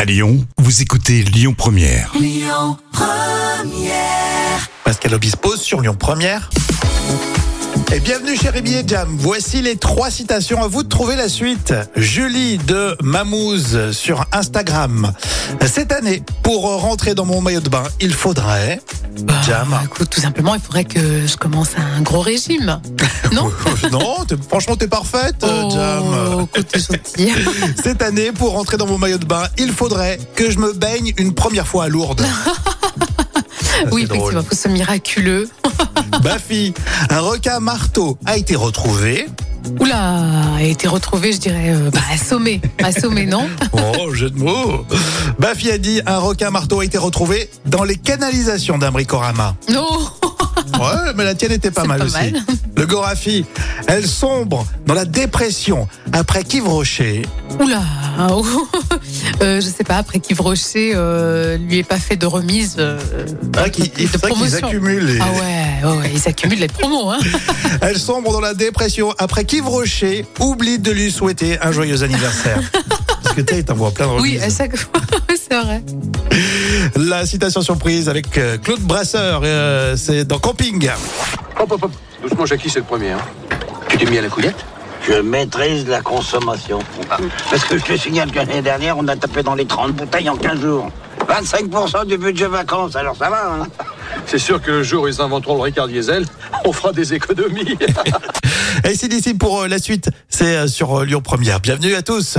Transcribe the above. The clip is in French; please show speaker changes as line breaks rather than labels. À Lyon, vous écoutez Lyon Première.
Pascal Obispo sur Lyon Première. Et bienvenue chez Rémi et Jam. Voici les trois citations. À vous de trouver la suite. Julie de Mamouze sur Instagram. Cette année, pour rentrer dans mon maillot de bain, il faudrait.
Bah,
Jam.
Écoute, tout simplement, il faudrait que je commence un gros régime. Non
non, t'es- franchement, t'es parfaite, euh, Jam.
Oh, écoute, t'es gentille.
Cette année, pour rentrer dans mon maillot de bain, il faudrait que je me baigne une première fois à Lourdes.
Oui,
C'est drôle.
effectivement, faut ce miraculeux.
Bafi, un requin marteau a été retrouvé.
Oula, a été retrouvé, je dirais, euh, bah, assommé. Assommé, non
Oh, jeu de mots. Bafi a dit un requin marteau a été retrouvé dans les canalisations d'un bricorama.
Non
Ouais, mais la tienne était pas
C'est
mal
pas
aussi.
mal.
Le Gorafi, elle sombre dans la dépression après qu'Yves Rocher.
Oula oh. Euh, Je sais pas, après qu'Yves Rocher euh, lui ait pas fait de remise euh,
Ah, qui-
de
il faudrait qu'ils
promotion.
accumulent. les-
Ah ouais, ouais, ouais, ils accumulent les promos. Hein.
Elle sombre dans la dépression après qu'Yves Rocher oublie de lui souhaiter un joyeux anniversaire. Parce que tu sais, il t'envoie plein de
Oui,
remises.
à chaque fois, c'est vrai.
La citation surprise avec euh, Claude Brasseur, euh, c'est dans Camping.
Hop, hop, hop. Doucement, Jackie, c'est le premier. Hein. Tu t'es mis à la couillette
Je maîtrise la consommation. Parce que je te signale que l'année dernière, on a tapé dans les 30 bouteilles en 15 jours. 25% du budget vacances, alors ça va, hein
C'est sûr que le jour où ils inventeront le Ricard Diesel, on fera des économies.
Et c'est d'ici pour euh, la suite, c'est euh, sur euh, Lyon Première. Bienvenue à tous.